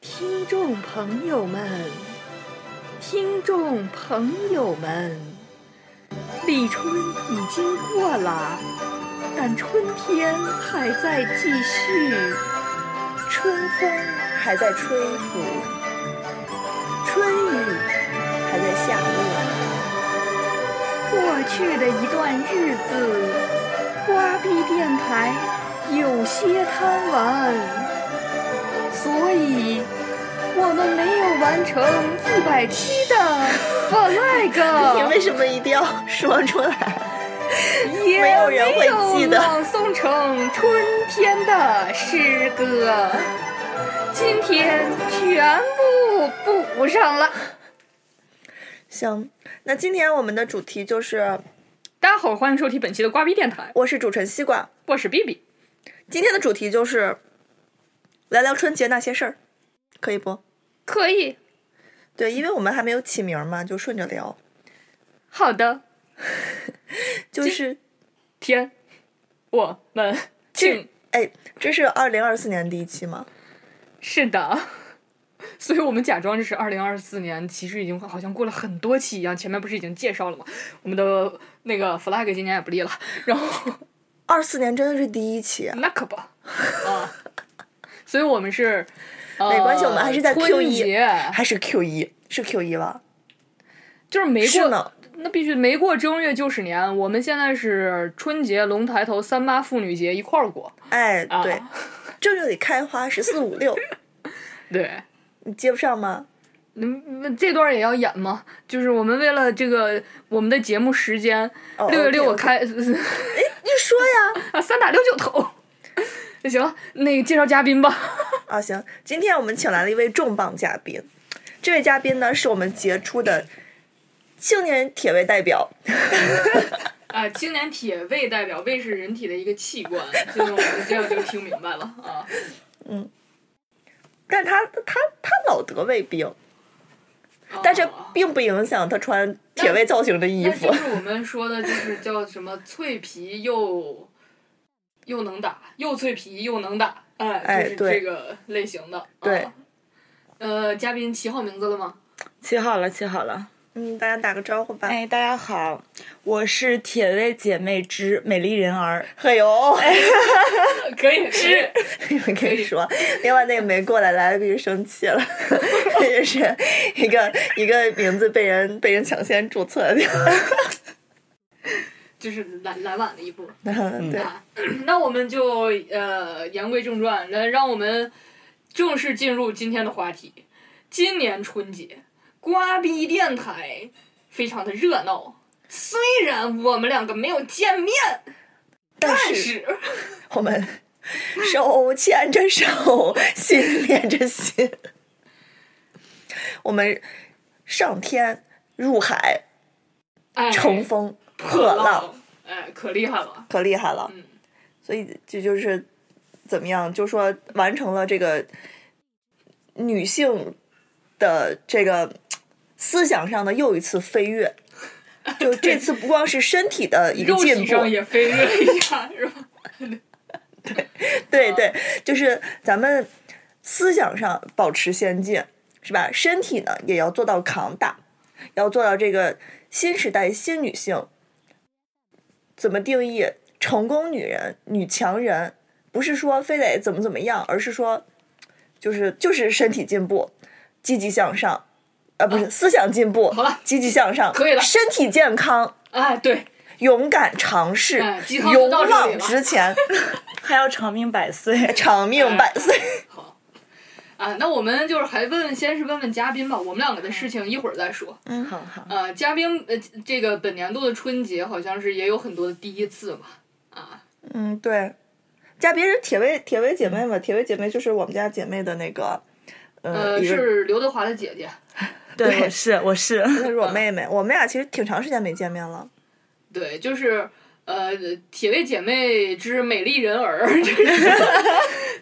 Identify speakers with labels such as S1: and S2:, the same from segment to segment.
S1: 听众朋友们，听众朋友们，立春已经过了，但春天还在继续，春风还在吹拂，春雨还在下落。过去的一段日子，瓜币电台有些贪玩。所以，我们没有完成一百期的 flag。
S2: 你为什么一定要说出来？
S1: 也
S2: 没有人会记得
S1: 朗诵成春天的诗歌，今天全部补上了。
S2: 行，那今天我们的主题就是，
S1: 大家好，欢迎收听本期的瓜逼电台，
S2: 我是主持人西瓜。
S1: 我是 B B。
S2: 今天的主题就是聊聊春节那些事儿，可以不？
S1: 可以，
S2: 对，因为我们还没有起名儿嘛，就顺着聊。
S1: 好的，
S2: 就是
S1: 天，我们
S2: 这
S1: 庆，
S2: 哎，这是二零二四年第一期嘛？
S1: 是的。所以我们假装这是二零二四年，其实已经好像过了很多期一样。前面不是已经介绍了吗？我们的那个 flag 今年也不立了，然后，
S2: 二四年真的是第一期
S1: 那 可不啊。所以我们是、呃
S2: 没关系，我们还是在 Q
S1: 春
S2: 一
S1: 节，，
S2: 还是 Q 一，是 Q 一吧？
S1: 就是没
S2: 是
S1: 过
S2: 呢，
S1: 那必须没过正月就是年。我们现在是春节、龙抬头、三八妇女节一块儿过
S2: 哎，
S1: 啊。
S2: 对，正月里开花，十四五六，
S1: 对，
S2: 你接不上吗？
S1: 那那这段也要演吗？就是我们为了这个我们的节目时间，
S2: 哦
S1: 六月六我
S2: OK，OK
S1: 开
S2: 你说呀。
S1: 啊 三打六九头。那行了，那个介绍嘉宾吧。
S2: 啊，行，今天我们请来了一位重磅嘉宾，这位嘉宾呢是我们杰出的青年铁卫代表，
S1: 啊，青年铁胃代表，胃是人体的一个器官，这个我们这样就听明白了啊。
S2: 但他他他老得胃病， 但这
S1: 啊
S2: 并不影响他穿铁卫造型的衣
S1: 那
S2: 服
S1: 就。是我们说的，就是叫什么脆皮又又能打，又脆皮又能打，哎，
S2: 哎
S1: 就是
S2: 对
S1: 这个类型的。
S2: 对
S1: 啊呃，嘉宾起好名字了吗？
S3: 起好了，起好了！
S2: 嗯，大家打个招呼吧。
S3: 哎，大家好，我是铁胃姐妹之美丽人儿。
S2: 嘿呦，
S1: 呃可以是，
S2: 我跟 你说，另外那个没过来来了就生气了， 这就是一个一个名字被人被人抢先注册掉。
S1: 就是来来晚了一步。
S2: 对，
S1: 啊， 那我们就呃言归正传，来让我们正式进入今天的话题。今年春节，瓜逼电台非常的热闹。虽然我们两个没有见面，
S2: 但
S1: 但
S2: 是
S1: 是
S2: 我们手牵着手，心连着心，我们上天入海，
S1: 哎，
S2: 乘风破
S1: 可
S2: 浪，，
S1: 哎，可厉害了。
S2: 可厉害了
S1: 嗯。
S2: 所以这就是怎么样，就说完成了这个女性的这个思想上的又一次飞跃。就这次不光是身体的一个
S1: 肉
S2: 进
S1: 体
S2: 步
S1: 上，也飞跃一下， 是吧？
S2: 对
S1: 嗯
S2: 对，就是咱们思想上保持先进，是吧？身体呢也要做到扛打，要做到这个新时代新女性怎么定义成功女人、女强人？不是说非得怎么怎么样，而是说就是就是身体进步，积极向上。呃，不是，思想进步，
S1: 啊好了
S2: 积极向上，
S1: 可以了
S2: 身体健康，
S1: 哎，对，
S2: 勇敢尝试，
S1: 哎鸡汤就
S2: 勇
S1: 到这里
S2: 往
S1: 了
S2: 直前，！
S3: 还要长命百岁
S2: 长命 百岁。
S1: 好，啊，那我们就是还问，先是问问嘉宾吧，我们两个的事情一会儿再说。
S3: 好好，
S1: 呃，嘉宾呃，这个本年度的春节好像是也有很多的第一次嘛，啊，
S2: 嗯，对，家别人铁卫铁卫姐妹嘛，铁卫姐妹就是我们家姐妹的那个，呃，
S1: 呃，
S2: 一 个
S1: 是刘德华的姐姐，
S3: 对，我是我是，
S2: 她是我
S1: 嗯
S2: 妹妹，我们俩其实挺长时间没见面了。
S1: 对，就是呃，铁卫姐妹之美丽人儿， 这是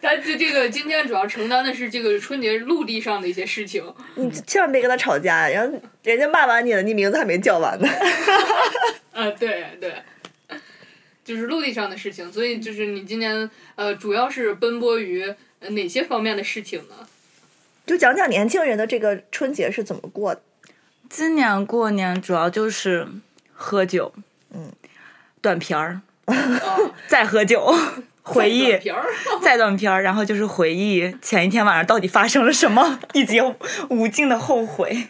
S1: 她这这个今天主要承担的是这个春节陆地上的一些事情，
S2: 你千万别跟她吵架，然后人家骂完你了，你名字还没叫完呢。
S1: 啊，对对，就是陆地上的事情，所以就是你今年呃，主要是奔波于呃哪些方面的事情呢？
S2: 就讲讲年轻人的这个春节是怎么过的。
S3: 今年过年主要就是喝酒，嗯，断片儿，
S1: 啊
S3: 再喝 酒，回忆，
S1: 皮 儿，
S3: 再断片儿，然后就是回忆前一天晚上到底发生了什么，以及无尽的后悔。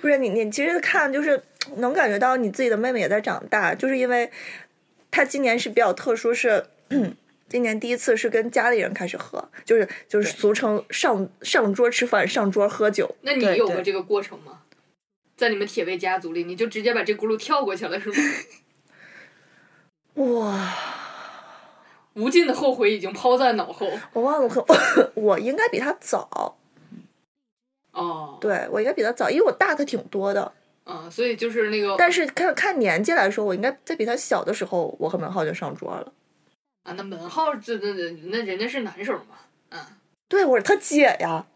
S2: 不是你，你其实看就是能感觉到你自己的妹妹也在长大，就是因为她今年是比较特殊，是今年第一次是跟家里人开始喝，就是就是俗称上上桌吃饭，上桌喝酒。
S1: 那你
S3: 对
S1: 有
S3: 对
S1: 过这个过程吗？在你们铁卫家族里，你就直接把这轱辘跳过去了，是吗？
S2: 哇，
S1: 无尽的后悔已经抛在脑后。
S2: 我忘了 我可我应该比她早，
S1: 哦，
S2: 对我应该比她早，因为我大她挺多的，
S1: 嗯，所以就是那个，
S2: 但是看看年纪来说，我应该在比她小的时候，我和门浩就上桌了。
S1: 啊，那门号这那那人家是男生嘛，嗯，
S2: 对，我是她姐呀。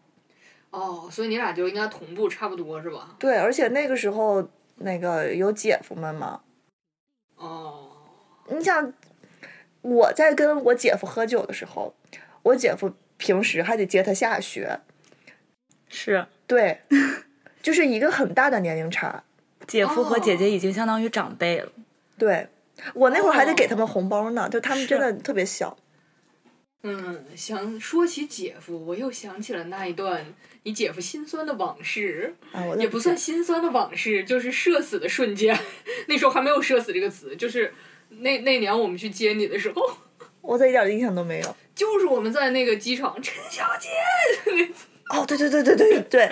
S1: 哦，所以你俩就应该同步差不多是吧？
S2: 对，而且那个时候那个有姐夫们嘛，
S1: 哦，
S2: 你想，我在跟我姐夫喝酒的时候，我姐夫平时还得接他下学，
S3: 是
S2: 对， 就是一个很大的年龄差。
S3: 姐夫和姐姐已经相当于长辈了，
S2: 对我那会儿还得给他们红包呢，就他们真的特别小。
S1: 嗯，想说起姐夫，我又想起了那一段你姐夫心酸的往事，
S2: 啊，我
S1: 也不算心酸的往事，就是社死的瞬间。 那时候还没有“社死”这个词，就是那那年我们去接你的时候，
S2: 我在一点印象都没有。
S1: 就是我们在那个机场，陈小姐
S2: 哦，对对对对对对，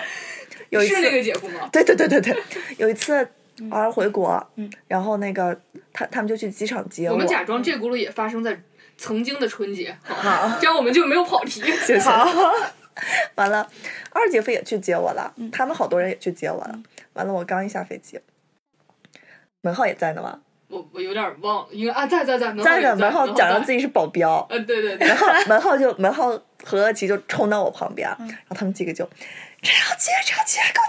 S2: 有一次
S1: 是，那个嗯姐夫吗？
S2: 对对对对对，有一次偶尔回国，然后那个他他们就去机场接
S1: 嗯我们假装这轱辘也发生在曾经的春节，
S2: 好，
S1: 这样我们就没有跑题。
S2: 行行。完了，二姐夫也去接我
S1: 嗯
S2: 了，他们好多人也去接我了。完了，我刚一下飞机，门浩也在呢吧？
S1: 我我有点忘了，因为啊，在在在，门
S2: 在呢，
S1: 也在
S2: 门浩假装自
S1: 己，
S2: 己是保镖，
S1: 呃，对对对，
S2: 门浩门浩就门浩和乐琪就冲到我旁边，然后他们几个就张姐张姐给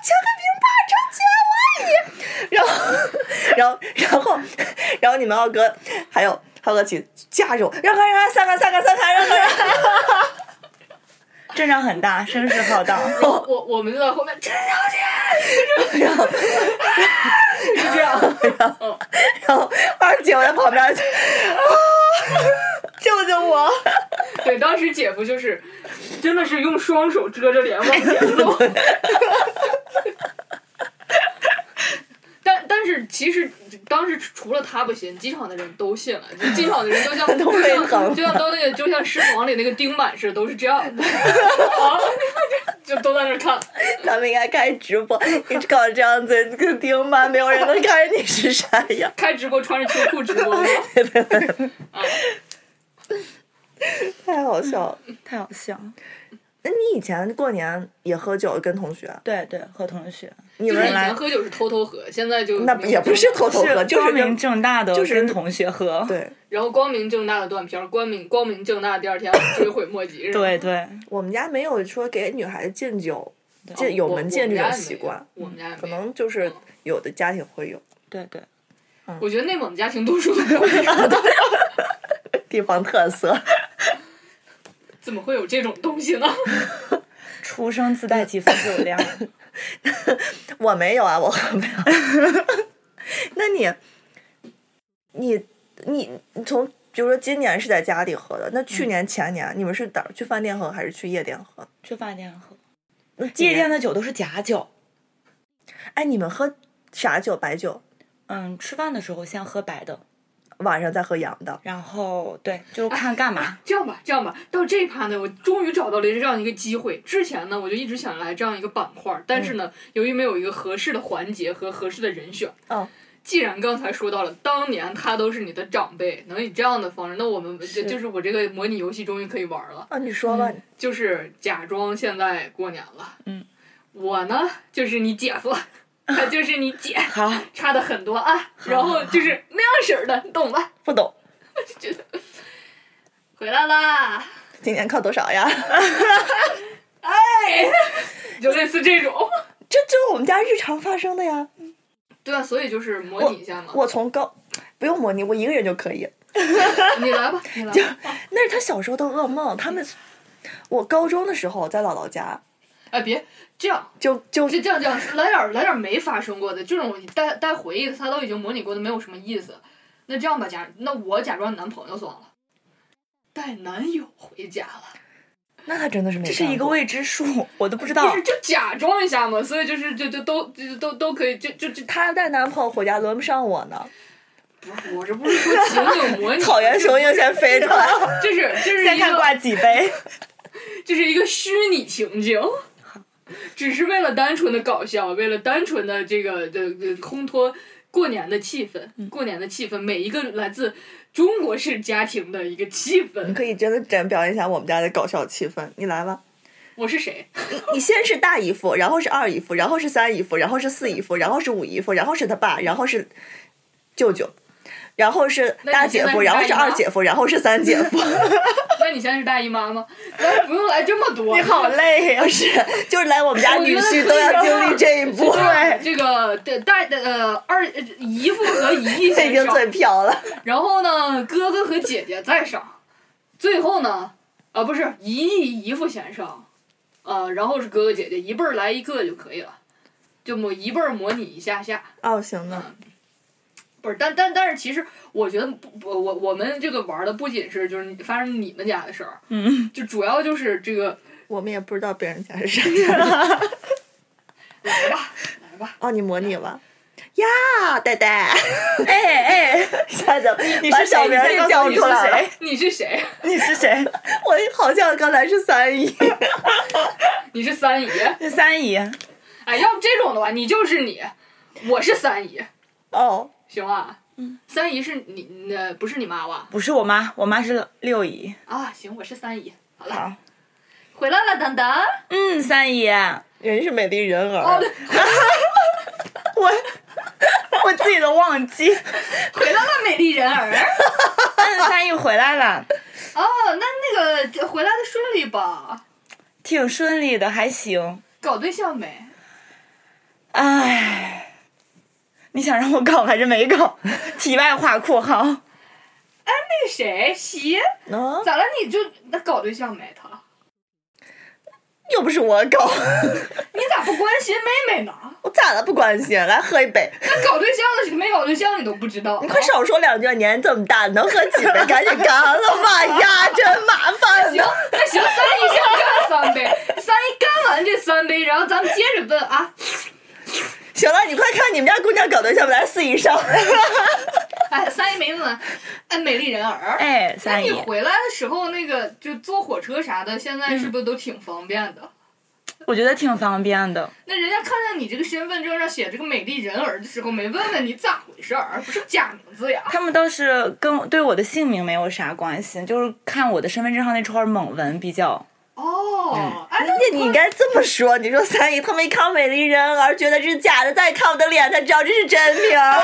S2: 我签个名吧，张姐 我爱你。然后然后然后然后你们浩哥还有浩哥起架着我，让开让开，散开散开散开，让开让开。
S3: 阵仗很大，声势浩 大。
S1: 我我我们就在后面，陈小姐，
S2: 然后
S1: 就这
S2: 哦
S1: 样，
S2: 然后二姐我在旁 边就啊，救救我！
S1: 对，当时姐夫就是，真的是用双手遮着脸往前走。 但但是其实当时除了他不信，机场的人都信了，就机场的人都像 就
S2: 都被坑
S1: 像就像都那个就像狮王里那个钉板似的，都是这样的， 啊，就就都在那儿看。
S2: 咱们应该开直播，你搞这样子跟丁满，没有人能看出你是啥样。
S1: 开直播穿着秋裤直 播吗？
S2: 太好笑了。
S3: 太好笑了。
S2: 那你以前过年也喝酒跟同学？
S3: 对对，和同学
S2: 你
S1: 就是以
S2: 们
S1: 前喝酒是偷偷喝，现在就
S2: 那也不是偷偷喝，就是
S3: 光明
S2: 跟
S3: 正大的
S2: 就是
S3: 跟同学喝。
S2: 对
S1: 然后光明正大的断片儿，光明光明正大的第二天追悔莫及。是吧
S3: 对对，
S2: 我们家没有说给女孩子敬酒、
S1: 哦我
S2: 敬有门禁
S1: 我们
S2: 这种
S1: 家也没有
S2: 习惯，嗯
S1: 我们家也没有
S2: 可能就是有的家庭会有，
S3: 对对，
S1: 我觉得内蒙家庭多数都会有，
S2: 地方特色。
S1: 怎么会有这种东西呢？
S3: 出生自带几分酒量。
S2: 我没有啊，我喝不了。那你，你，你，你从比如说今年是在家里喝的，那去年、前年你们是哪儿去饭店喝还是去夜店喝？
S3: 去饭店喝，
S2: 那几
S3: 夜
S2: 年
S3: 店的酒都是假酒。
S2: 哎，你们喝啥酒？白酒，
S3: 嗯，吃饭的时候先喝白的，
S2: 晚上再喝洋的。
S3: 然后对，就看干嘛。
S1: 这样吧，这样吧，到这一趴呢，我终于找到了这样一个机会。之前呢，我就一直想来这样一个板块儿，但是呢，由于没有一个合适的环节和合适的人选，
S2: 嗯，
S1: 既然刚才说到了当年他都是你的长辈，能以这样的方式，那我们
S3: 是
S1: 就是我这个模拟游戏终于可以玩儿了。
S2: 啊，你说吧，
S1: 就是假装现在过年了。
S3: 嗯，
S1: 我呢就是你姐夫，他就是你姐，
S3: 好，
S1: 差的很多啊。然后就是那样式儿的，你懂吧？
S2: 不懂，
S1: 回来啦，
S2: 今年考多少呀？
S1: 就类似这种。
S2: 这就是我们家日常发生的呀。
S1: 对啊，所以就是模拟一下嘛。
S2: 我从高，不用模拟，我一个人就可以。
S1: 你来 吧，你来吧。
S2: 那是他小时候的噩梦。他们，我高中的时候在姥姥家，
S1: 哎，别这样，
S2: 就就
S1: 就这样这样，来点儿来点儿没发生过的这种带带回忆的，他都已经模拟过的，没有什么意思。那这样吧，假那我假装男朋友算了，带男友回家了，
S2: 那他真的是没
S3: 这是一
S2: 干
S3: 个
S2: 过
S3: 未知数，我都不知
S1: 不
S3: 道
S1: 是。就假装一下嘛？所以就是就就都就都都可以，就就就
S2: 她带男朋友回家轮不上我呢，
S1: 不是我这不是说情景模拟，
S2: 草原雄鹰先飞出来，
S1: 这是这是
S3: 先
S1: 一
S3: 看
S1: 个
S3: 挂几杯，
S1: 这是一个虚拟情景，只是为了单纯的搞笑，为了单纯的这个的烘托过年的气氛，过年的气氛，每一个来自中国式家庭的一个气
S2: 你
S1: 氛。
S2: 可以真的展表演一下我们家的搞笑气氛，你来吧。
S1: 我是谁？
S2: 你先是大姨夫，然后是二姨夫，然后是三姨夫，然后是四姨夫，然后是五姨夫，然后是他爸，然后是舅舅，然后是大姐
S1: 那你现在是
S2: 夫，然后
S1: 大
S2: 是
S1: 姨妈
S2: 二姐夫，然后是三姐 夫。
S1: 那你现在是大姨妈吗？来，不用来这么多。
S3: 你好累呀
S2: 不。是，就是来我们家
S1: 啊我
S2: 女
S1: 觉得
S2: 婿
S1: 可
S2: 都
S1: 以
S2: 要
S1: 的
S2: 经历这一步，
S1: 对，这个对大呃二呃姨父和姨
S2: 这已
S1: 先
S2: 经
S1: 上，
S2: 最飘了。
S1: 然后呢哥哥和姐姐再上，最后呢啊不是姨姨父先上，啊然后是哥哥姐姐一辈儿来一个就可以了，就模一辈儿模拟一下下。
S2: 哦，行的，
S1: 不是，但但但是，其实我觉得不，不我我们这个玩儿的不仅是就是发生你们家的事儿，
S3: 嗯，
S1: 就主要就是这个
S2: 我们也不知道别人家是啥样。
S1: 来 吧，来吧，
S2: 哦，你模拟吧。呀，呆呆，
S3: 哎哎，
S2: 下子
S3: 你
S2: 把
S3: 是
S2: 小
S3: 谁？
S2: 名
S3: 你
S2: 儿
S3: 再
S2: 给
S3: 告诉
S2: 叫
S3: 我你
S2: 出
S3: 是
S2: 来了
S3: 谁。？
S1: 你是谁？
S3: 你是谁？
S2: 我好像刚才是三姨。
S1: 你是三姨。
S3: 是三姨。
S1: 哎，要不这种的话，你就是你，我是三姨，
S2: 哦，
S1: 行吧？嗯，三姨是你，那不是你妈吧？
S3: 不是我妈，我妈是六姨。
S1: 啊，行，我是三姨。好了，
S3: 好，
S1: 回来了，等等。
S3: 嗯，三 姨，
S2: 人是美丽人儿。
S1: 哦，对，
S3: 我我自己都忘记。
S1: 回来了，美丽人儿。
S3: 嗯，三姨回来了，
S1: 哦，那那个回来的顺利吧？
S3: 挺顺利的，还行。
S1: 搞对象没？
S3: 唉，你想让我搞还是没 搞？题外话（括号
S1: 那个谁，喜，
S2: 啊，
S1: 咋了？你就那搞对象没他？
S2: 又不是我搞，
S1: 你咋不关心妹妹呢？
S2: 我咋了？不关心，来喝一杯。
S1: 那搞对象的没搞对象你都不知道？
S2: 你快少说两句，年纪这么大，你能喝几 杯？赶紧干了吧呀，真麻烦
S1: 行
S2: 呢。，
S1: 那行，三姨先干三杯，三姨干完这三杯，然后咱们接着问啊。
S2: 行了，你快看你们家姑娘搞对象，来四姨上。
S1: 哎，三姨没问完，哎，美丽人儿。）。
S3: 哎，
S1: 那
S3: 三
S1: 你
S3: 姨，
S1: 回来的时候，那个就坐火车啥的，现在是
S3: 嗯
S1: 不是都挺方便的？
S3: 我觉得挺方便的。
S1: 那人家看见你这个身份证上写这个美丽人儿的时候，没问问你咋回事儿，不是假名字呀？
S3: 他们倒是跟对我的姓名没有啥关系，就是看我的身份证上那串猛纹比较。嗯
S1: 哦，哎，那
S2: 那你应该这么说，你说三姨她没看美丽人儿，觉得这是假的，再看我的脸，她知道这是真名儿。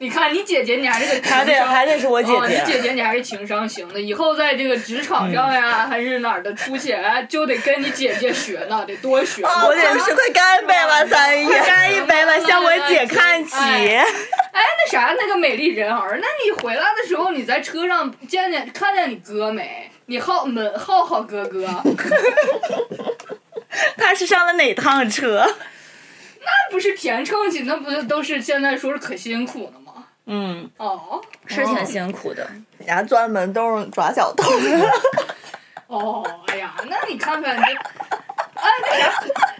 S1: 你看你姐姐，你还是个情
S3: 还得
S1: 商
S3: 还得是我姐
S1: 哦，你
S3: 姐。
S1: 姐姐你还是情商行的，以后在这个职场上呀，
S3: 嗯
S1: 还是哪儿的出去，哎就得跟你姐姐学呢，得多学呢。
S2: 啊，
S3: 我得
S2: 真是快干一杯吧，三姨。
S3: 啊快干一 杯吧，向我姐看齐。
S1: 哎哎，那啥，那个美丽人儿，那你回来的时候，你在车上见见看见你哥没？你浩门浩浩哥哥，那
S3: 他是上了哪趟车？
S1: 不是填充去，那不都是现在说是可辛苦了吗？
S3: 嗯，
S1: 哦
S3: 是挺辛苦的。
S2: 人家钻门洞抓小偷。
S1: 哦，哎呀，那你看看你，哎，那啥，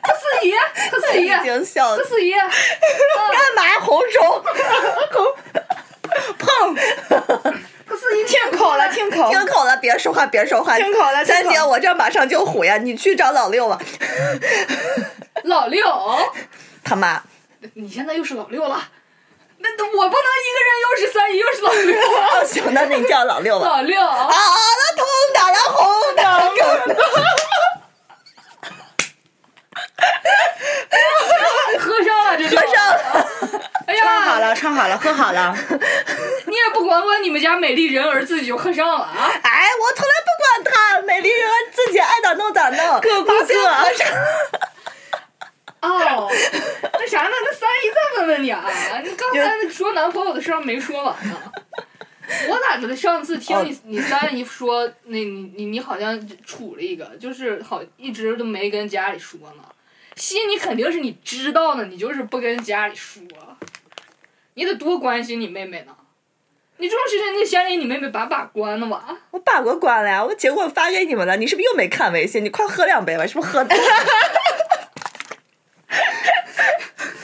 S1: 他四姨，他
S3: 哎
S1: 四姨，
S2: 已经笑
S1: 他
S2: 了，
S1: 四姨，
S2: 干嘛红肿？
S1: 他四姨，
S3: 听口了，听口
S2: 听口了，别说话，别说话。
S3: 听口了听
S2: 三
S3: 口
S2: 姐，我这马上就虎呀，你去找老六吧。
S1: 老六，
S2: 他妈，
S1: 你现在又是老六了，那那我不能一个人又是三姨又是老六，
S2: 哦，行，那你叫老 六吧。
S1: 老六，
S2: 啊，那痛打了红的，梗的。
S1: 喝上了这就，
S2: 和尚，
S1: 哎
S3: 唱
S1: 呀，
S3: 好了，唱好了，喝好了。
S1: 你也不管管你们家美丽人儿，自己就喝上了啊！
S2: 哎，我从来不管他，美丽人自己爱咋弄咋弄。
S3: 各顾各。
S1: 哦，那啥呢？那三姨再问问你啊，你刚才那说男朋友的事儿没说完呢，我咋的？上次听
S2: 哦
S1: 你、你三姨说，那你你你好像处了一个，就是好一直都没跟家里说呢。心里肯定是你知道呢，你就是不跟家里说，你得多关心你妹妹呢。你这种事情，你得先给你妹妹把把关呢吧。
S2: 我把我关了呀，我结果发给你们了，你是不是又没看微信？你快喝两杯吧，是不是喝？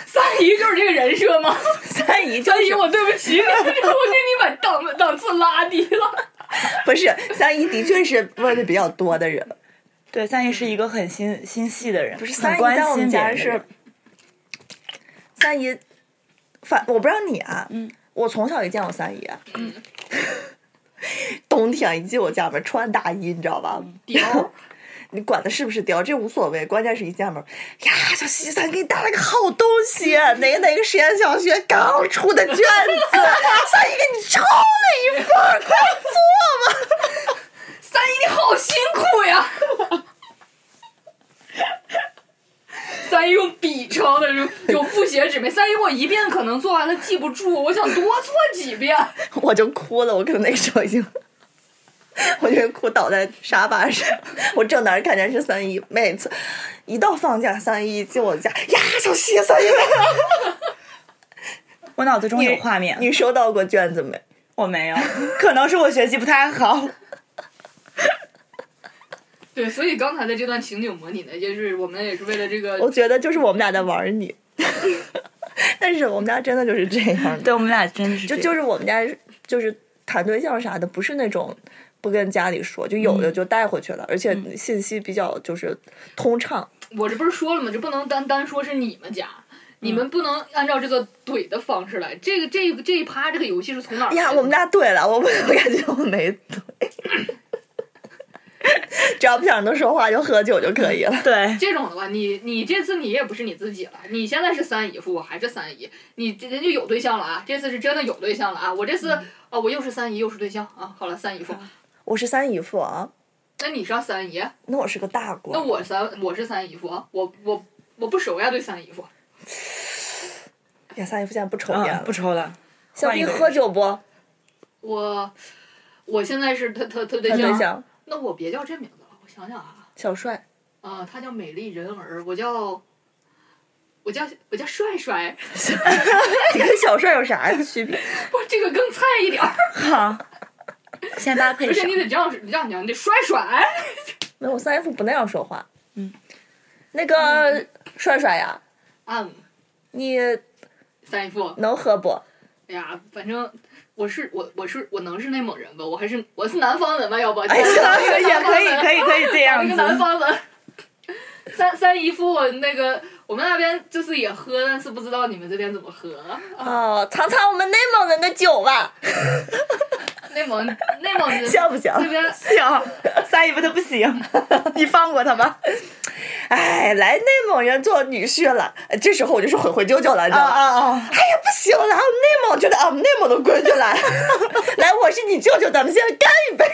S1: 三姨就是这个人设吗？
S2: 三姨就
S1: 三姨，
S2: 是
S1: 我对不起你， 我给你把档档次拉低了。
S2: 不是三姨，的确是问的比较多的人。
S3: 对，三姨是一个很心心细的人，
S2: 不是
S3: 很
S2: 三姨
S3: 关
S2: 在我们
S3: 心别
S2: 家
S3: 人的
S2: 是
S3: 人，
S2: 三姨，反我不知道你啊，
S3: 嗯
S2: 我从小就见我三姨啊， 冬天啊一进我家门穿大衣，你知道吧？
S3: 嗯
S1: 貂，
S2: 你管它是不是貂，这无所谓，关键是一进门，呀，小西三给你带了个好东西，哪个哪个实验小学刚出的卷子，三姨给你抄了一份儿，快做吧。
S1: 三姨你好辛苦 呀！三姨用笔抄的，有有复写纸没？三姨我一遍可能做完了记不住，我想多做几遍。
S2: 我就哭了，我可能那个时候已经，我就哭倒在沙发上。我正当时看电视，三一每次一到放假，三一进我家，呀，小西三一，
S3: 我脑子中
S2: 你
S3: 有画面，
S2: 你收到过卷子没？
S3: 我没有，可能是我学习不太好。
S1: 对，所以刚才的这段情景模拟呢，就是我们也是为了这
S2: 我
S1: 个，
S2: 觉得就是我们俩在玩你， 但是我们家真的就是这样的，
S3: 对我们俩真的是
S2: 就
S3: 这
S2: 就
S3: 样
S2: 是我们家就是谈对象啥的，不是那种。不跟家里说，就有的就带回去了，而且信息比较就是通畅。
S1: 我这不是说了吗？这不能单单说是你们家。你们不能按照这个怼的方式来，这个这个这一趴这个游戏是从哪儿来
S2: 哎
S1: 的？
S2: 呀，我们俩对了，我我感觉我没对，只要不想多说话就喝酒就可以了。
S3: 对，嗯
S1: 这种的吧，你你这次你也不是你自己了，你现在是三姨夫，我还是三姨，你这人家有对象了啊，这次是真的有对象了啊，我这次、
S2: 嗯
S1: 哦，我又是三姨又是对象啊，好了三姨夫，
S2: 我是三姨夫啊，
S1: 那你上三姨，
S2: 那我是个大官
S1: 那。我三我是三姨夫啊，我我我不熟呀，对三姨夫，
S2: 呀，三姨夫现在不抽烟
S3: 啊
S2: 了，
S3: 不抽了，
S2: 小
S3: 换一
S2: 弟
S3: 个人
S2: 喝酒不？
S1: 我我现在是他他他对
S2: 他对
S1: 象，啊
S2: 象
S1: 那我别叫这名字了，我想想啊，
S2: 小帅，
S1: 啊、他叫美丽人儿，我叫我叫我叫帅帅，
S2: 你哎跟小帅有啥区别？
S1: 我这个更菜一点儿，
S3: 好，先搭配
S1: 而且
S3: 上
S1: 你。得这样这样讲，你得帅帅。
S2: 没有，我三姨夫不那样说话。嗯，那个帅帅呀，
S1: 嗯，
S2: 你
S1: 三姨夫，
S2: 能喝不？
S1: 哎呀，反正我是我我是我能是内蒙人吧？我还是我是南方人吧？要不
S2: 哎行
S1: 找一个
S3: 也
S1: 南
S3: 可
S1: 方
S3: 以，
S1: 人
S3: 可以，可以这
S1: 找
S3: 样
S1: 一个南
S3: 子。
S1: 方人。三三姨夫，我那个我们那边就是也喝，但是不知道你们这边怎么喝。
S2: 哦，尝尝我们内蒙人的酒吧，
S1: 内蒙内蒙人
S2: 像不像？
S1: 这边
S3: 行，哎三姨夫他不行，你放过他吧。
S2: 哎，来内蒙人做女婿了，哎这时候我就是悔悔舅舅了，你知道吗？
S3: 啊！
S2: 哎呀，不行了，我们内蒙觉得啊，我们内蒙的规矩来， 来，我是你舅舅，咱们先干一杯。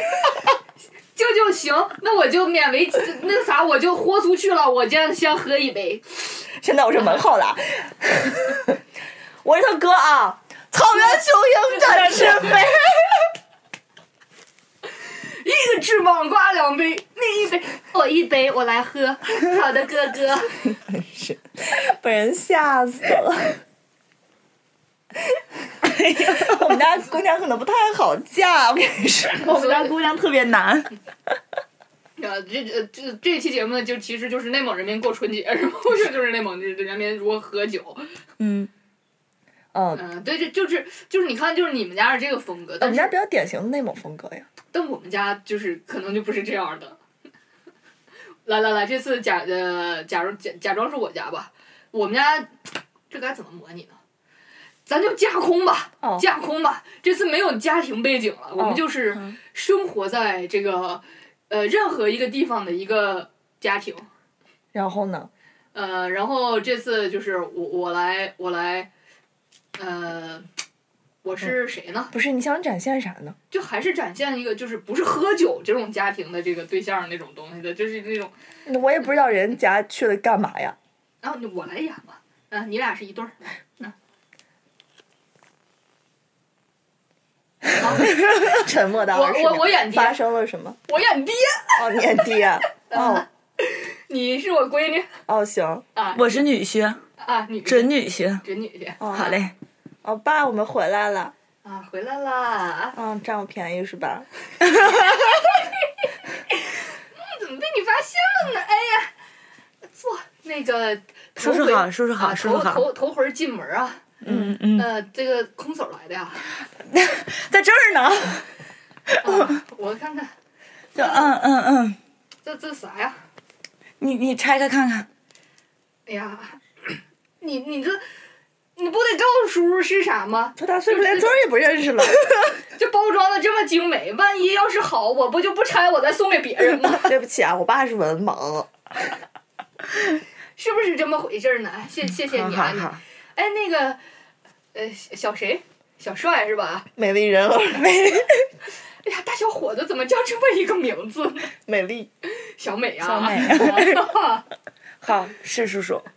S1: 舅舅行，那我就勉为那啥，我就豁出去了，我先先喝一杯。
S2: 现在我是门号了，我是他哥啊，草原雄鹰展翅 飞。
S1: 一个翅膀挂两杯，另一杯我一杯，我来喝。好的，哥哥。
S2: 是，被人吓死了。 我们家姑娘可能不太好嫁，我跟你说。
S3: 我们家姑娘特别难，
S1: 啊，这这这这期节目呢，就其实就是内蒙人民过春节，然后就就是内蒙人民如何喝酒。
S3: 嗯，
S2: 嗯，
S1: 嗯，对，这就是就是你看，就是你们家是这个风格，
S2: 我
S1: 但
S2: 们家
S1: 是
S2: 比较典型的内蒙风格呀。
S1: 但我们家就是可能就不是这样的。 来来来，这次假呃，假如假假装是我家吧，我们家这该怎么模拟呢？咱就架空吧，
S2: 哦
S1: 架空吧。这次没有家庭背景了，我们就是
S2: 嗯
S1: 生活在这个呃任何一个地方的一个家庭。
S2: 然后呢？
S1: 呃，然后这次就是我我来我来，呃，我是谁呢？
S2: 不是你想展现啥呢？
S1: 就还是展现一个就是不是喝酒这种家庭的这个对象那种东西的，就是那种
S2: 我也不知道人家去了干嘛呀。
S1: 啊，我来演吧， 啊，你俩是一对儿，啊，啊，
S2: 沉默到
S1: 我
S2: 二十
S1: 我
S2: 秒
S1: 我演
S2: 发
S1: 爹，
S2: 生了什么？
S1: 我演爹，
S2: 哦，你演 爹啊，
S1: 嗯
S2: 哦
S1: 你是我闺女
S2: 哦行，
S1: 啊，
S3: 我是女婿，
S1: 啊女
S3: 准女婿。
S1: 准女婿
S2: 哦
S3: 好嘞，
S2: 哦爸，我们回来了，
S1: 啊，回来啦，
S2: 嗯、占我便宜是吧？
S1: 怎么被你发现了呢？哎呀，坐那个头
S3: 收拾
S1: 回
S3: 好，收拾
S1: 啊，
S3: 好，收拾
S1: 头
S3: 好。
S1: 头头回进门啊，
S3: 嗯嗯，
S1: 呃，这个空手来的呀，
S3: 在这儿呢。
S1: 啊我看看
S3: 就嗯嗯嗯，
S1: 这这啥呀？
S3: 你你拆开看看。
S1: 哎呀，你你这。你不得告诉叔叔是啥吗？
S2: 多大岁数连字儿也不认识了？
S1: 这包装的这么精美，万一要是好，我不就不拆，我再送给别人吗？
S2: 对不起啊，我爸是文盲。
S1: 是不是这么回事儿呢？谢谢谢你啊，
S3: 好
S1: 你
S3: 好，
S1: 哎，那个，呃，小小谁，小帅是吧？
S2: 美丽人儿，美丽
S1: 哎呀，大小伙子怎么叫这么一个名字呢？
S2: 美丽，
S1: 小美啊，
S3: 小美好是叔叔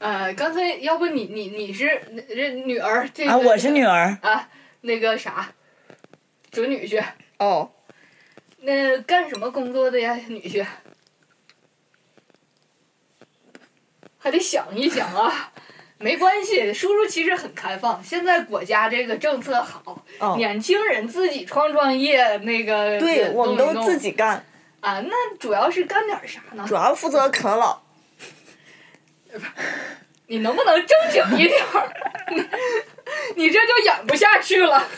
S1: 呃，刚才要不你你你是这女儿这个、
S3: 啊，我是女儿。
S1: 啊，那个啥，准女婿，
S2: 哦，
S1: 那干什么工作的呀，女婿？还得想一想啊，没关系，叔叔其实很开放。现在国家这个政策好，
S2: 哦
S1: 年轻人自己创创业，那个
S2: 对，我们
S1: 弄一
S2: 都
S1: 弄
S2: 自己干，
S1: 啊。那主要是干点啥呢
S2: 主？要负责啃老。
S1: 你能不能正经一点儿？ 你你这就演不下去了。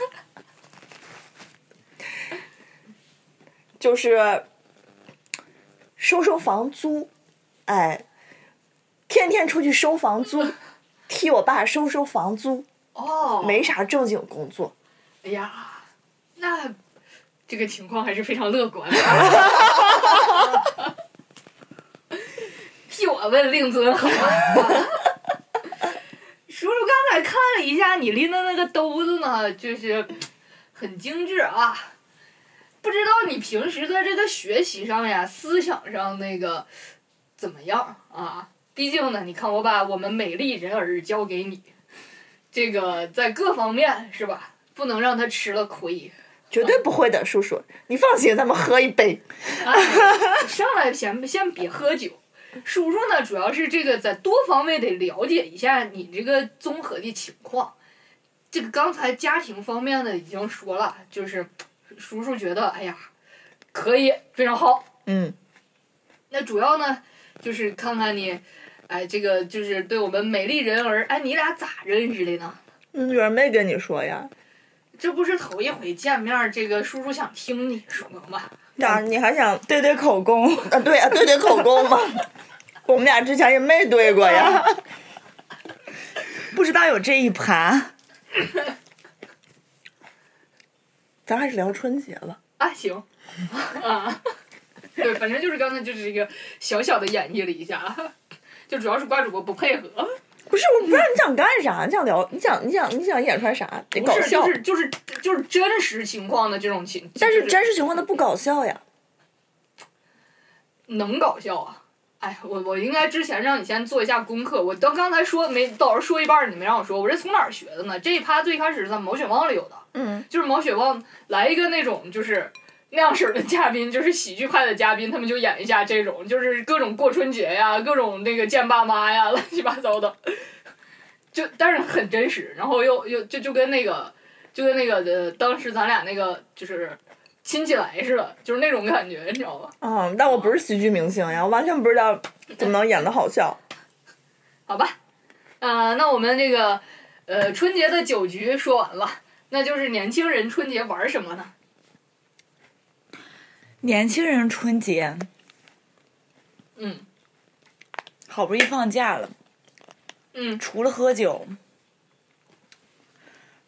S2: 就是收收房租，哎，天天出去收房租， 替我爸收收房租，
S1: 哦，
S2: 没啥正经工作。
S1: 哎呀，那这个情况还是非常乐观。替我问令尊好啊。 叔叔刚才看了一下你拎的那个兜子呢，就是很精致啊。不知道你平时在这个学习上呀、思想上那个怎么样啊？毕竟呢，你看我把我们美丽人儿交给你，这个在各方面是吧？不能让他吃了亏。
S2: 绝对不会的，叔叔，你放心，咱们喝一杯。
S1: 哎，上来先先别喝酒。叔叔呢，主要是这个在多方位得了解一下你这个综合的情况。这个刚才家庭方面的已经说了，就是叔叔觉得，哎呀，可以非常好。
S2: 嗯，
S1: 那主要呢，就是看看你，哎，这个就是对我们美丽人儿，哎，你俩咋认识的呢？
S2: 女儿没跟你说呀？
S1: 这不是头一回见面儿，这个叔叔想听你说吗？
S2: 啊，你还想
S3: 对对口供，
S2: 啊？对啊，对对口供 吗？我们俩之前也没对过呀。
S3: 不知道有这一盘。
S2: 咱还是聊春节吧。
S1: 啊，行，啊，对，反正就是刚才就是一个小小的演绎了一下，啊，就主要是瓜主播不配合，
S2: 不是，我不知道你想干啥，你想聊，你想你想你想演出来啥？得
S1: 不
S2: 哎搞
S1: 是
S2: 笑
S1: 就。是就是就是真实情况的这种情，
S2: 但
S1: 就是
S2: 真实情况它不搞笑呀。
S1: 能搞笑啊！哎，我我应该之前让你先做一下功课。我到刚才说没，到时候说一半儿你没让我说，我是从哪儿学的呢？这一趴最开始是在毛血旺里有的，
S2: 嗯，
S1: 就是毛血旺来一个那种就是那样式儿的嘉宾，就是喜剧派的嘉宾，他们就演一下这种，就是各种过春节呀，各种那个见爸妈呀， 乱七八糟的，就但是很真实，然后又又就就跟那个就跟那个呃，当时咱俩那个就是亲戚来似的，就是那种感觉，你知道吧？
S2: 嗯，但我不是喜剧明星呀，我完全不知道怎么能演的好笑。
S1: 好吧，呃，那我们这个呃春节的酒局说完了，那就是年轻人春节玩什么呢？
S3: 年轻人春节
S1: 嗯
S3: 好不容易放假了，
S1: 嗯，
S3: 除了喝酒，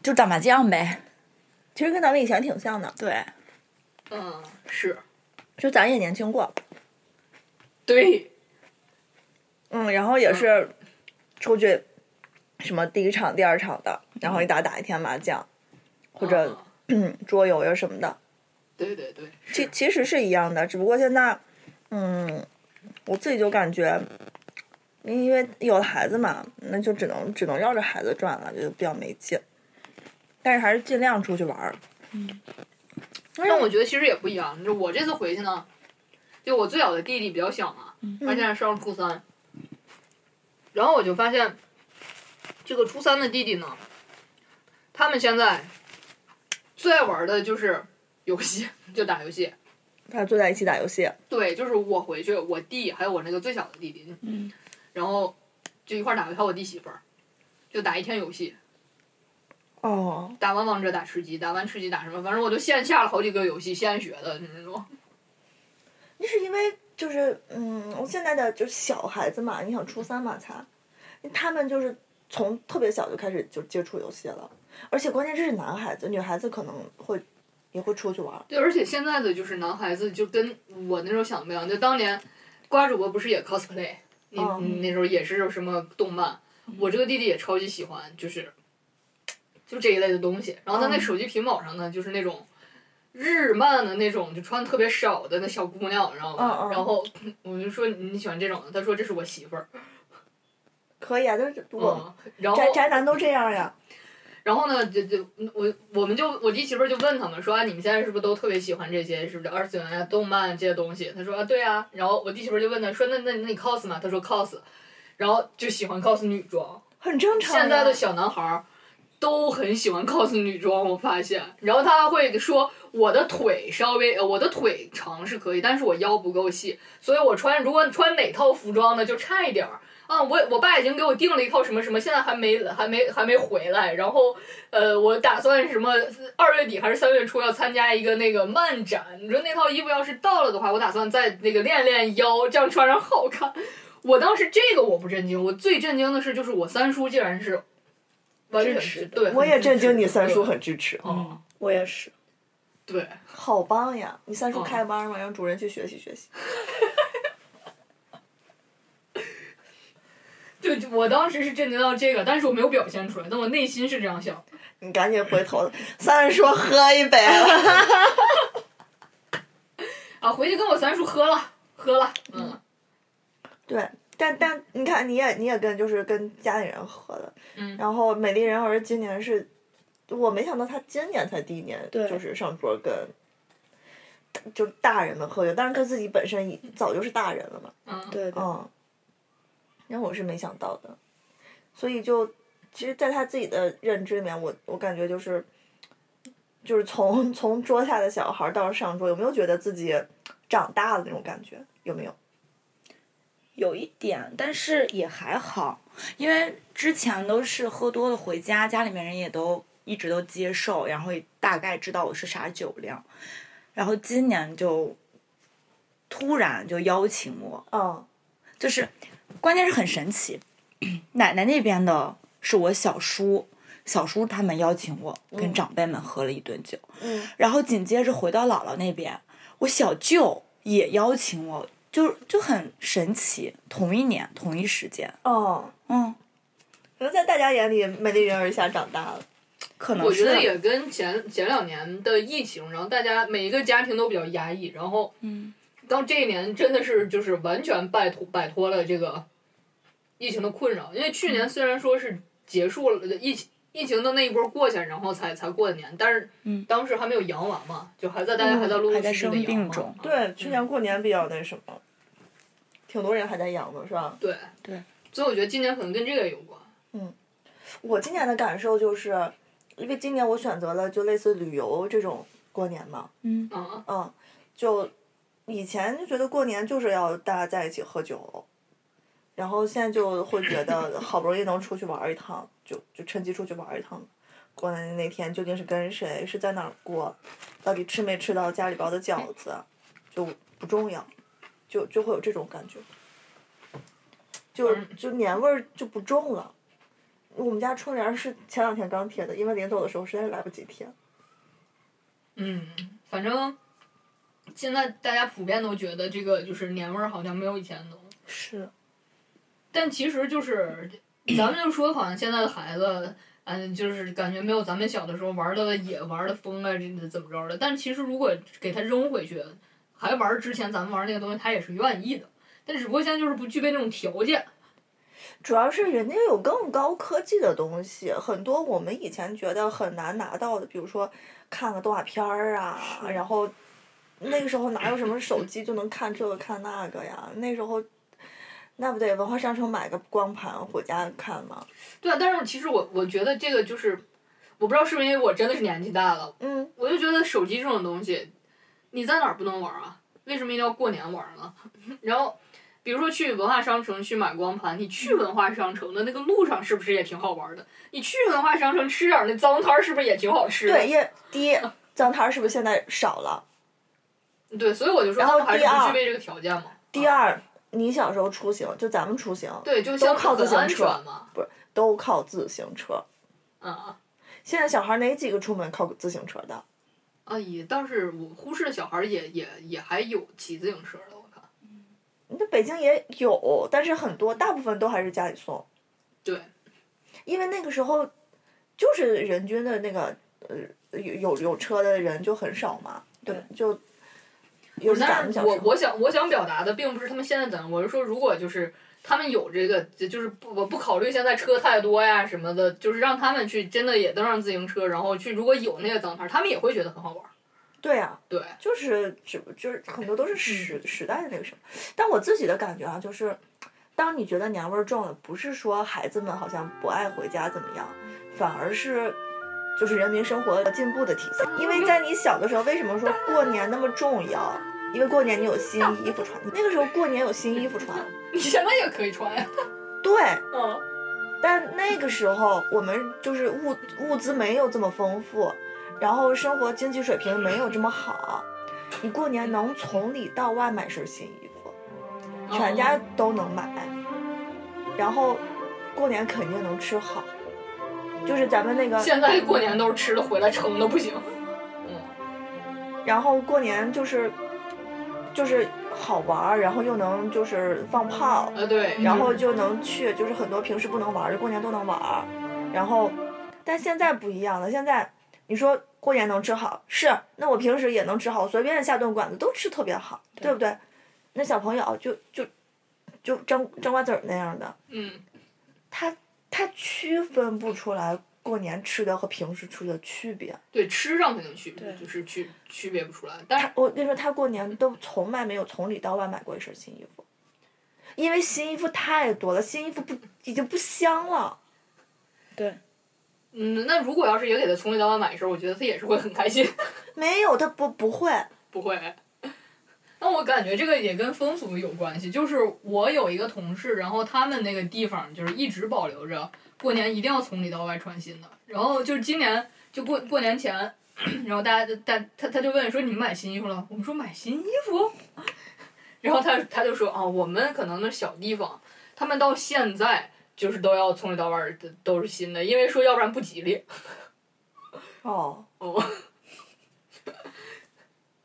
S3: 就打麻将呗。
S2: 其实跟咱们以前挺像的，
S3: 对，
S1: 嗯，是
S2: 就咱也年轻过，
S1: 对，
S2: 嗯，然后也是出去什么第一场、第二场的，然后一打打一天麻将，或者
S1: 啊
S2: 嗯 桌游呀什么的，
S1: 对对对，
S2: 其其实是一样的，只不过现在，嗯，我自己就感觉，因为有了孩子嘛，那就只能只能绕着孩子转了，就比较没劲。但是还是尽量出去玩儿，
S1: 但我觉得其实也不一样，就我这次回去呢，就我最小的弟弟比较小嘛，
S2: 嗯
S1: 他现在上初三，然后我就发现，这个初三的弟弟呢，他们现在最爱玩的就是游戏，就打游戏。
S2: 他坐在一起打游戏，
S1: 对，就是我回去，我弟还有我那个最小的弟弟，
S3: 嗯
S1: 然后就一块儿打，还有我弟媳妇儿，就打一天游戏，
S2: 哦，
S1: 打完王者打吃鸡，打完吃鸡打什么，反正我就线下了好几个游戏，现学的那种。
S2: 那是因为就是嗯，我现在的就是小孩子嘛，你想初三嘛才，他们就是从特别小就开始就接触游戏了，而且关键这是男孩子，女孩子可能会也会出去玩儿，
S1: 对，而且现在的就是男孩子就跟我那时候想的不一样，就当年瓜主播不是也 cosplay，你、
S2: 哦嗯
S1: 你那时候也是有什么动漫，我这个弟弟也超级喜欢，就是就这一类的东西。然后他那
S2: 嗯
S1: 手机屏幕上呢，就是那种。日漫的那种，就穿特别少的那小姑娘，你知道吗？
S2: 嗯嗯
S1: 然后我就说你喜欢这种的，他说这是我媳妇儿。
S2: 可以啊，就是我、
S1: 嗯，然后
S2: 宅宅男都这样呀，
S1: 然后呢，就就我我们就我弟媳妇儿就问他们说、啊，你们现在是不是都特别喜欢这些是不是二次元啊、动漫这些东西？他说啊，对啊。然后我弟媳妇儿就问他说，那那那你 cos 吗？他说 cos，然后就喜欢 cos 女装。
S2: 很正常呀。
S1: 现在的小男孩儿都很喜欢 cos 女装，我发现。然后他会说我的腿稍微，呃我的腿长是可以，但是我腰不够细，所以我穿如果穿哪套服装呢，就差一点儿。啊，我我爸已经给我订了一套什么什么，现在还没还没还没回来。然后，呃，我打算什么二月底还是三月初要参加一个那个漫展。你说那套衣服要是到了的话，我打算再那个练练腰，这样穿上好看。我当时这个我不震惊，我最震惊的是，就是我三叔竟然是完全
S3: 支持的
S1: 对，
S2: 我也震惊，你三叔
S1: 对
S2: 很支持，
S1: 哦，
S3: 我也是。
S1: 对，
S2: 好棒呀！你三叔
S1: 嗯
S2: 开班嘛，让主任去学习学习。
S1: 就就我当时是震惊到这个，但是我没有表现出来，但我内心是这样想。
S2: 你赶紧回头，三叔喝一杯。
S1: 啊，回去跟我三叔喝了，喝了，嗯，
S2: 对，但但你看，你也你也跟就是跟家里人喝的，
S1: 嗯
S2: 然后美丽人儿今年是，我没想到她今年才第一年，
S3: 对
S2: 就是上桌跟，就大人们喝酒，但是她自己本身已早就是大人了嘛，
S1: 嗯，
S3: 对对，
S2: 嗯，那我是没想到的，所以就其实，在他自己的认知里面，我我感觉就是，就是从 从桌下的小孩儿到上桌，有没有觉得自己长大了那种感觉？有没有？
S3: 有一点，但是也还好，因为之前都是喝多了回家，家里面人也都一直都接受，然后也大概知道我是啥酒量，然后今年就突然就邀请我，
S2: 嗯
S3: 就是关键是很神奇，奶奶那边的是我小叔。小叔他们邀请我跟长辈们喝了一顿酒，
S2: 嗯
S3: 然后紧接着回到姥姥那边，我小舅也邀请我，就就很神奇，同一年同一时间，
S2: 哦，
S3: 嗯，
S2: 可能在大家眼里，美丽人儿一下长大了。
S3: 可能
S1: 我
S3: 是啊
S1: 觉得也跟前前两年的疫情，然后大家每一个家庭都比较压抑，然后
S3: 嗯
S1: 到这一年真的是就是完全摆脱摆脱了这个疫情的困扰，因为去
S3: 嗯
S1: 年虽然说是结束了疫情。疫情的那一波过去，然后才才过的年，但是
S3: 嗯
S1: 当时还没有阳完嘛，就还在大家还在陆陆
S3: 还在
S1: 续续的
S3: 生病
S1: 阳嘛
S3: 中
S1: 啊
S2: 对，去年过年比较那什么，挺多人还在阳呢，是吧？
S1: 对
S3: 对，
S1: 所以我觉得今年可能跟这个有关。
S2: 我今年的感受就是，因为今年我选择了就类似旅游这种过年嘛，
S3: 嗯
S1: 嗯，
S2: 嗯，就以前就觉得过年就是要大家在一起喝酒，然后现在就会觉得好不容易能出去玩儿一趟，就就趁机出去玩儿一趟。过年那天究竟是跟谁，是在哪儿过，到底吃没吃到家里包的饺子，就不重要，就就会有这种感觉，就
S1: 嗯
S2: 就年味儿就不重了。我们家窗帘儿是前两天刚贴的，因为临走的时候实在是来不及贴。
S1: 嗯，反正现在大家普遍都觉得这个就是年味儿好像没有以前浓，
S3: 是
S1: 但其实就是咱们就说好像现在的孩子，嗯，就是感觉没有咱们小的时候玩的野、玩的疯啊，这怎么着的。但其实如果给他扔回去，还玩之前咱们玩那个东西，他也是愿意的。但只不过现在就是不具备那种条件，
S2: 主要是人家有更高科技的东西，很多我们以前觉得很难拿到的，比如说看个动画片儿啊，然后那个时候哪有什么手机就能看这个看那个呀？那时候那不得文化商城买个光盘回家看吗？
S1: 对啊，但是其实我我觉得这个就是，我不知道是不是因为我真的是年纪大了，
S2: 嗯，
S1: 我就觉得手机这种东西，你在哪儿不能玩啊？为什么一定要过年玩呢？ 然后，比如说去文化商城去买光盘，你去文化商城的那个路上是不是也挺好玩的？你去文化商城吃点儿那脏摊儿是不是也挺好吃的？
S2: 对，也第一，脏摊儿是不是现在少了？
S1: 对，所以我就说
S2: 然后
S1: 他们还是
S2: 第
S1: 不
S2: 二
S1: 具备这个条件嘛。
S2: 第
S1: 啊，
S2: 二，你小时候出行，就咱们出行
S1: 对，就相对
S2: 靠自
S1: 很
S2: 行
S1: 安
S2: 车
S1: 全嘛。
S2: 都靠自行车。
S1: 嗯啊
S2: 现在小孩儿哪几个出门靠自行车的？
S1: 啊，也倒是我忽视的小孩儿也也也还有骑自行车的，我看。
S2: 那北京也有，但是很多大部分都还是家里送，
S1: 对，
S2: 因为那个时候就是人均的那个呃有有有车的人就很少嘛，对，就尤其咱们
S1: 但是
S2: 小
S1: 我
S2: 时候
S1: 我想我想表达的并不是他们现在怎样，我是说如果就是他们有这个，就就是不我不考虑现在车太多呀什么的，就是让他们去真的也登上自行车，然后去如果有那个脏牌儿，他们也会觉得很好玩儿。
S2: 对啊呀、
S1: 对，
S2: 就是只就是很多都是时时代的那个什么，但我自己的感觉啊，就是当你觉得年味儿重了，不是说孩子们好像不爱回家怎么样，反而是就是人民生活进步的体现。因为在你小的时候，为什么说过年那么重要？因为过年你有新衣服穿，那个时候过年有新衣服穿，
S1: 你现在也可以穿呀。
S2: 对。
S1: 嗯，
S2: 但那个时候我们就是物物资没有这么丰富，然后生活经济水平没有这么好，你过年能从里到外买身新衣服，全家
S1: 哦
S2: 都能买，然后过年肯定能吃好，就是咱们那个，
S1: 现在过年都是吃的回来撑的不行。
S2: 然后过年就是就是好玩儿，然后又能就是放炮，
S1: 呃，对，
S2: 然后就能去，就是很多平时不能玩儿的，过年都能玩儿。然后，但现在不一样了，现在你说过年能吃好，是，那我平时也能吃好，随便下顿馆子都吃特别好，对不对？那小朋友就就就蒸蒸瓜子儿那样的，
S1: 嗯，
S2: 他他区分不出来过年吃的和平时吃的区别。
S1: 对，吃上肯定区别
S3: 对
S1: 就是区区别不出来，但是
S2: 我跟你说，他过年都从来没有从里到外买过一身新衣服，因为新衣服太多了，新衣服不已经不香了。
S3: 对，
S1: 嗯，那如果要是也给他从里到外买一身，我觉得他也是会很开心。
S2: 没有，他不不会。
S1: 不会。那我感觉这个也跟风俗有关系，就是我有一个同事，然后他们那个地方就是一直保留着过年一定要从里到外穿新的，然后就是今年就过过年前，然后大家就大他他就问说你们买新衣服了？我们说买新衣服，然后他他就说啊，我们可能那小地方，他们到现在就是都要从里到外都都是新的，因为说要不然不吉利。
S2: 哦，
S1: 哦，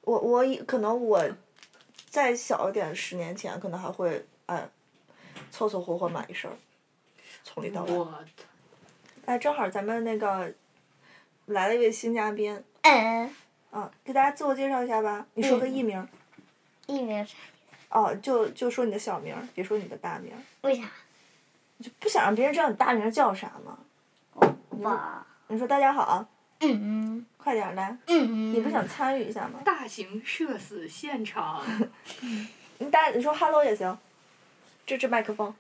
S2: 我我以可能我再小一点，十年前可能还会哎，凑凑合合买一身儿，从里到外。
S1: 我
S2: 哎，正好咱们那个来了一位新嘉宾，
S4: 嗯，
S2: 啊，给大家自我介绍一下吧。你说个艺名儿，
S4: 艺名啥？
S2: 哦，就就说你的小名儿，别说你的大名儿，
S4: 为啥？
S2: 你就不想让别人知道你大名儿叫啥吗？
S4: 我
S2: 你说大家好啊，
S4: 嗯
S2: 快点儿来，
S4: 嗯
S2: 你不想参与一下吗？
S1: 大型社死现场。
S2: 你大你说 hello 也行，这支麦克风，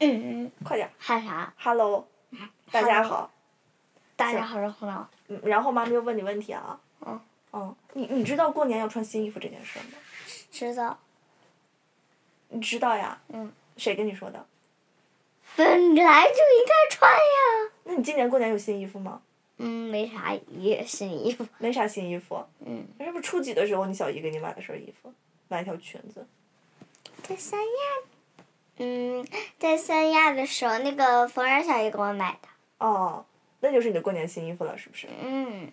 S4: 嗯嗯
S2: 快点儿
S4: 喊啥？
S2: ，hello，大家好。
S4: 大家好，我是胡闹。
S2: 嗯，然后妈咪又问你问题啊。
S4: 嗯。
S2: 嗯，你你知道过年要穿新衣服这件事吗？
S4: 知道。
S2: 你知道呀？
S4: 嗯。
S2: 谁跟你说的？
S4: 本来就应该穿呀。
S2: 那你今年过年有新衣服吗？
S4: 嗯，没啥也新衣服。
S2: 没啥新衣服。
S4: 嗯，
S2: 那是不是初几的时候你小姨给你买了身衣服，买了条裙子？
S4: 在三亚，嗯，在三亚的时候，那个冯然小姨给我买的。
S2: 哦，那就是你的过年新衣服了，是不是？
S4: 嗯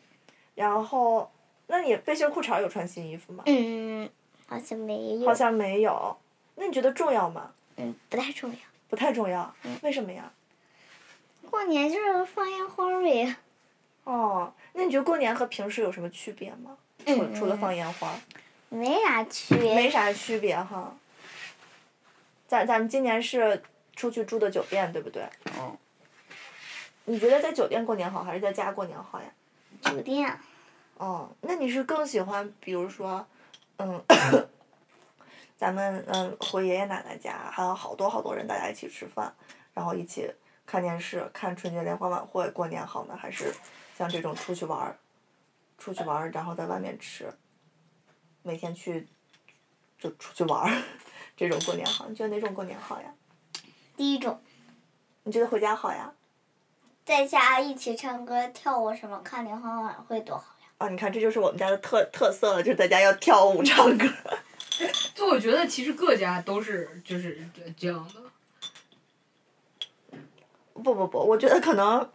S2: 然后，那你背心儿裤衩儿有穿新衣服吗？
S4: 嗯，好像没有
S2: 好。像没有。那你觉得重要吗？
S4: 嗯，不太重要。
S2: 不太重要。为什么呀？
S4: 过年就是放烟花呗。
S2: 哦，那你觉得过年和平时有什么区别吗？除
S4: 嗯
S2: 嗯除了放烟花。
S4: 没啥区别。
S2: 没啥区别哈。咱咱们今年是出去住的酒店，对不对？嗯。你觉得在酒店过年好还是在家过年好呀？
S4: 酒店，
S2: 哦，那你是更喜欢，比如说，嗯，咱们嗯回爷爷奶奶家，还有好多好多人，大家一起吃饭，然后一起看电视，看春节联欢晚会，过年好呢？还是像这种出去玩儿，出去玩儿，然后在外面吃，每天去就出去玩儿， 这种过年好？你觉得哪种过年好呀？
S4: 第一种，
S2: 你觉得回家好呀？
S4: 在家一起唱歌、跳舞什么，看联欢晚会多好呀！
S2: 啊，你看这就是我们家的特特色了，就是在家要跳舞唱歌。
S1: 就我觉得其实各家都是就是这样的。
S2: 不不不，我觉得可能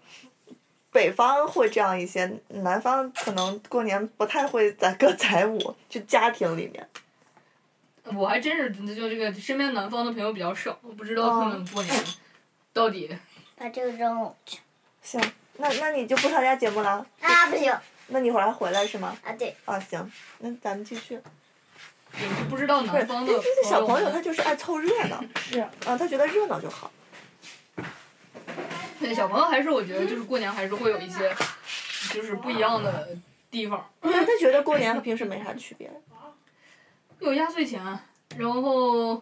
S2: 北方会这样一些，南方可能过年不太会载歌载舞，就家庭里面。
S1: 我还真是就这个身边南方的朋友比较少，我不知道他们过
S2: 哦
S1: 年到底
S4: 把这个扔了去
S2: 行，那那你就不参加节目了？
S4: 啊，不行
S2: 那你一会儿还回来是吗？
S4: 啊，对，
S2: 啊，行，那咱们继续。
S1: 我就不知道
S2: 不是，
S1: 南方的
S2: 这这这小朋友
S1: 们
S2: 他就是爱凑热闹，
S3: 是
S2: 啊，他觉得热闹就好。
S1: 对小朋友还是我觉得就是过年还是会有一些就是不一样的地方，
S2: 但他觉得过年和平时没啥区别。
S1: 有压岁钱，然后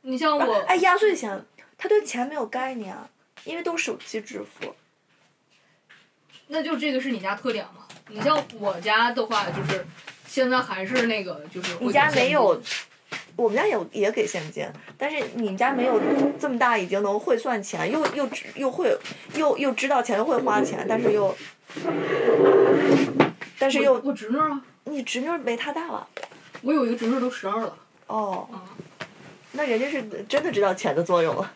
S1: 你像我，
S2: 哎，压岁钱，他对钱没有概念，啊因为都手机支付。
S1: 那就这个是你家特点嘛？你像我家的话，就是现在还是那个就是会
S2: 你家
S1: 给现
S2: 没有
S1: 金，
S2: 我们家有也给现金，但是你们家没有这么大已经能会算钱，又又知又会又又知道钱又会花钱，但是又，但是
S1: 我
S2: 又
S1: 我侄女儿啊，
S2: 你侄女儿没他大了，
S1: 我有一个侄女儿都十二了，
S2: 哦
S1: 啊，
S2: 那人家是真的知道钱的作用了。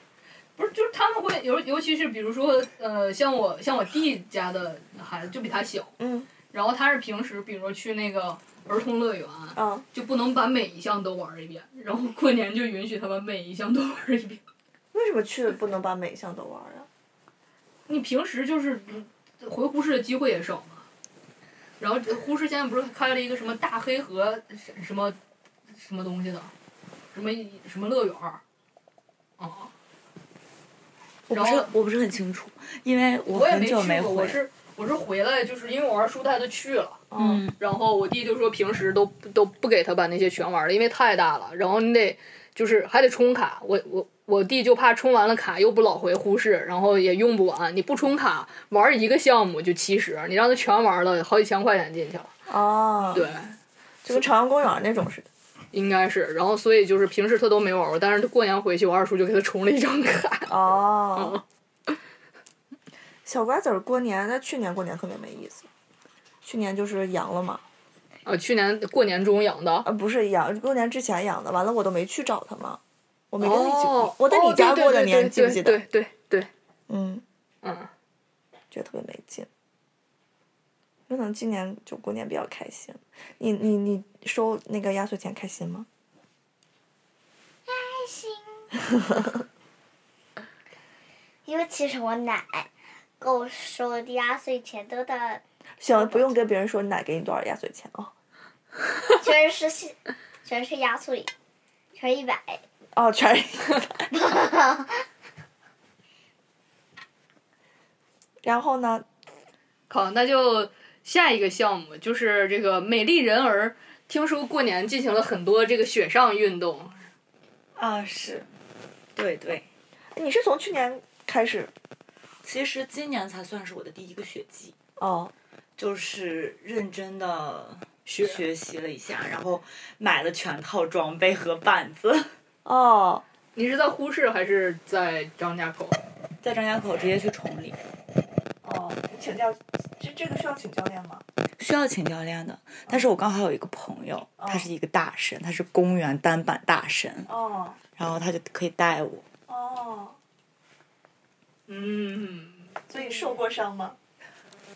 S1: 不是就是他们会尤尤其是比如说呃像我像我弟家的孩子就比他小，
S2: 嗯，
S1: 然后他是平时比如说去那个儿童乐园，
S2: 啊，
S1: 就不能把每一项都玩一遍，然后过年就允许他把每一项都玩一遍。
S2: 为什么去不能把每一项都玩啊？
S1: 你平时就是嗯回呼市的机会也少嘛。然后呃这呼市现在不是开了一个什么大黑河什什么什么东西的，什么什么乐园儿，啊，
S3: 我不
S1: 然
S3: 是
S1: 后
S3: 我不是很清楚，因为我
S1: 我也
S3: 很
S1: 去
S3: 久
S1: 过，我
S3: 回。
S1: 是我是回来就是因为我二叔带他去了。
S2: 哦
S3: 嗯，
S1: 然后我弟就说平时都都不给他把那些全玩了，因为太大了。然后你得就是还得充卡，我我我弟就怕充完了卡又不老回呼市，然后也用不完。你不充卡玩一个项目就七十，你让他全玩了，好几千块钱进去了。
S2: 哦，
S1: 对，
S2: 就跟朝阳公园那种似的。
S1: 应该是。然后所以就是平时他都没玩过，但是他过年回去，我二叔就给他充了一张卡。
S2: 哦，小瓜子儿过年，那去年过年特别没意思，去年就是阳了嘛。
S1: 啊，去年过年中养的。
S2: 啊，不是养，过年之前养的，完了我都没去找他嘛，我没跟他一起过，
S1: 哦，
S2: 我在你
S1: 哦
S2: 家
S1: 对
S2: 过的
S1: 对对
S2: 年，
S1: 对
S2: 记不记得？
S1: 对对对对，
S2: 嗯，
S1: 嗯。
S2: 觉得特别没劲。可能今年就过年比较开心。你你你收那个压岁钱开心吗？
S4: 开心。尤其是我奶，给我收的压岁钱都到，
S2: 行了，不用跟别人说你奶给你多少压岁钱啊、
S4: 全是信全是压岁，全是一百。
S2: 哦，全是。 然后呢？
S1: 好，那就下一个项目就是这个美丽人儿，听说过年进行了很多这个雪上运动，
S3: 啊，是，对对。
S2: 哎你是从去年开始
S3: 其实今年才算是我的第一个雪季，
S2: 哦？
S3: 就是认真的学学习了一下，然后买了全套装备和 板子，
S2: 哦，
S1: 你是在呼市还是在张家口？
S3: 在张家口直接去崇礼，
S2: 哦，请教，这这个需要请教练吗？
S3: 需要请教练的。但是我刚好有一个朋友，他是一个大神，他是公园单板大神，
S2: 哦
S3: 然后他就可以带我。
S2: 哦。
S1: 嗯，
S2: 所以受过伤吗？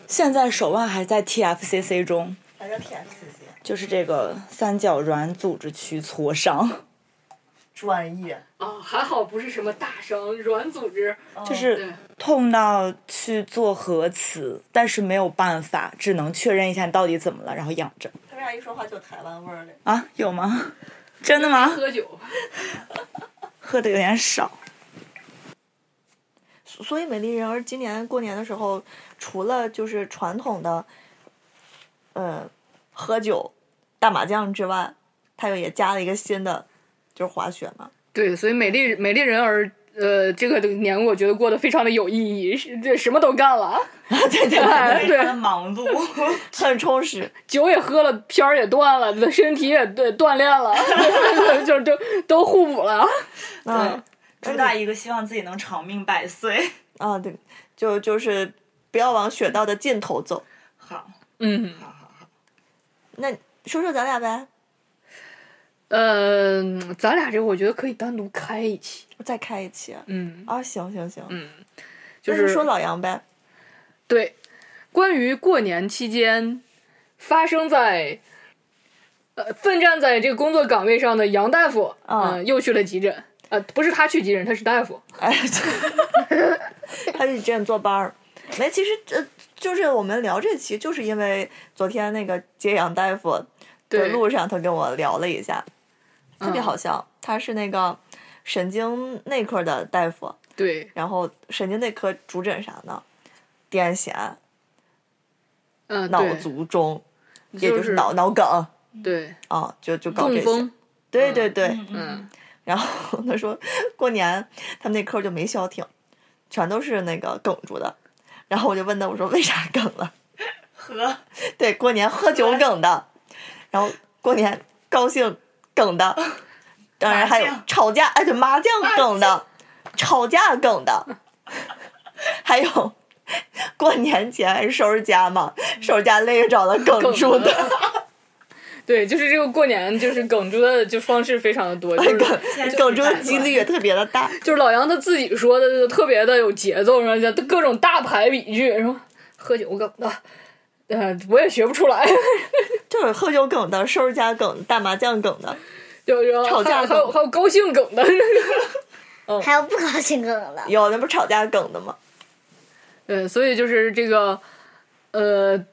S3: 现在手腕还在 TFCC 中，
S2: 还叫 TFCC
S3: 就是这个三角软组织区挫伤，
S2: 专业，
S1: 啊，还好不是什么大伤，软组织，
S3: 就
S1: 对
S3: 是痛到去做核磁，但是没有办法，只能确认一下你到底怎么了，然后养着。
S2: 他为啥一说话就有台湾味儿嘞？
S3: 啊，有 吗？真的吗？
S1: 喝酒，
S3: 喝的有点少。
S2: 所以美丽人儿今年过年的时候，除了就是传统的，呃，喝酒、打麻将之外，它又也加了一个新的，就是滑雪 嘛。
S1: 对，所以美丽美丽人儿，呃，这个年我觉得过得非常的有意义，是这什么都干了，
S2: 对对
S1: 哎
S2: 对，
S1: 对
S3: 很忙碌，
S2: 很充实。
S1: 酒也喝了，片儿也断了，身体也对锻炼了， 就就都互补了。
S2: 嗯
S3: 主打一个希望自己能长命百岁。
S2: 啊，对，就就是不要往雪道的尽头走。
S3: 好，
S1: 嗯，
S3: 好好好，
S2: 那说说咱俩呗，
S1: 呃，咱俩这我觉得可以单独开一期。
S2: 我再开一期啊。
S1: 嗯，
S2: 啊，行行行，
S1: 嗯，就
S2: 那
S1: 是
S2: 说老杨呗。
S1: 对，关于过年期间发生在。呃，奋战在这个工作岗位上的杨大夫，
S2: 啊
S1: 呃又去了急诊，呃，不是他去急诊，他是大夫，
S2: 哎， 他就这样坐班儿。没，其实呃，就是我们聊这期，就是因为昨天那个接杨大夫的
S1: 对，
S2: 路上，他跟我聊了一下，特别
S1: 嗯
S2: 好笑。他是那个神经内科的大夫，
S1: 对，
S2: 然后神经内科主诊啥呢？癫痫、
S1: 嗯、对
S2: 脑卒中，也
S1: 就
S2: 就是是脑脑梗啊、
S1: 对，
S2: 就就搞这
S1: 中
S2: 些
S1: 风。，
S2: 对对对，
S3: 嗯嗯，
S1: 嗯，
S2: 然后他说过年他们那科就没消停，全都是那个梗住的。然后我就问他，我说为啥梗 了？
S3: 喝
S2: 对，过年喝酒梗的，然后过年高兴梗 的，当然还有
S3: 麻将
S2: 吵架，哎对，麻将梗的，吵架梗 的，还有过年前收拾家嘛，收拾家累着找了嗯梗住
S1: 住
S2: 的，
S1: 对，就是这个过年就是梗住的就方式非常的 多，就是
S3: 千
S2: 哎梗住
S3: 百
S2: 的
S3: 段
S2: 几率也特别的大。
S1: 就是老杨他自己说的就特别的有节奏，然后就各种大牌比句，什么喝酒梗的，呃，我也学不出来，
S2: 就是喝酒梗的、收拾家梗的、打麻将梗的，
S1: 就是说
S2: 吵架
S1: 还有还有
S2: 梗
S1: 还有高兴梗的，
S2: 哦
S4: 还有不高兴梗了。
S2: 有那不是吵架梗的吗？
S1: 对，所以就是这个，呃，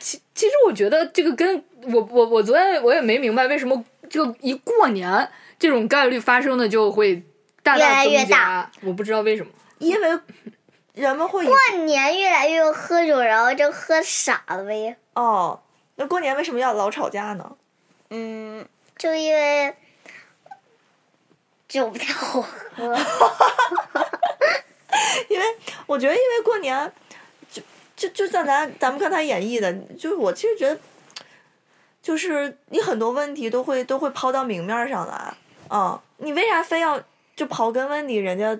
S1: 其其实我觉得这个跟我我我昨天我也没明白为什么这个一过年这种概率发生的就会大大增加，
S4: 越来越大
S1: 我不知道为什么。
S2: 因为人们会以
S4: 过年越来越喝酒，然后就喝傻了呗。
S2: 哦，那过年为什么要老吵架呢？
S4: 嗯，就因为酒不 太好喝。
S2: 因为我觉得，因为过年，就就就像咱咱们刚才演绎的，就是我其实觉得，就是你很多问题都会都会抛到明面儿上来，嗯，你为啥非要就刨根问底人家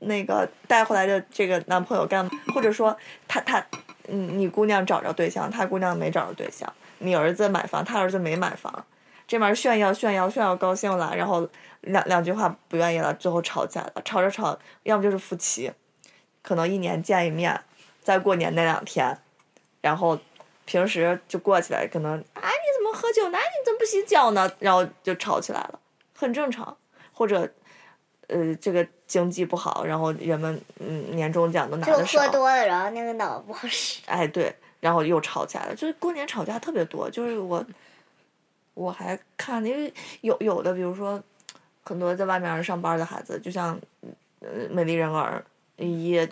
S2: 那个带回来的这个男朋友干嘛？或者说他他，嗯，你姑娘找着对象，他姑娘没找着对象，你儿子买房，他儿子没买房。这边炫耀炫耀炫耀高兴了，然后两两句话不愿意了，最后吵起来了，吵着吵，要么就是夫妻，可能一年见一面，在过年那两天，然后平时就过起来，可能啊你怎么喝酒呢？啊你怎么不洗脚呢？然后就吵起来了，很正常。或者，呃，这个经济不好，然后人们嗯年终奖都拿
S4: 就
S2: 的少
S4: 喝，多了，然后那个脑不好使。
S2: 哎对，然后又吵起来了。就是过年吵架特别多，就是我我还看，因为有有的比如说很多在外面上班的孩子，就像呃美丽人儿也。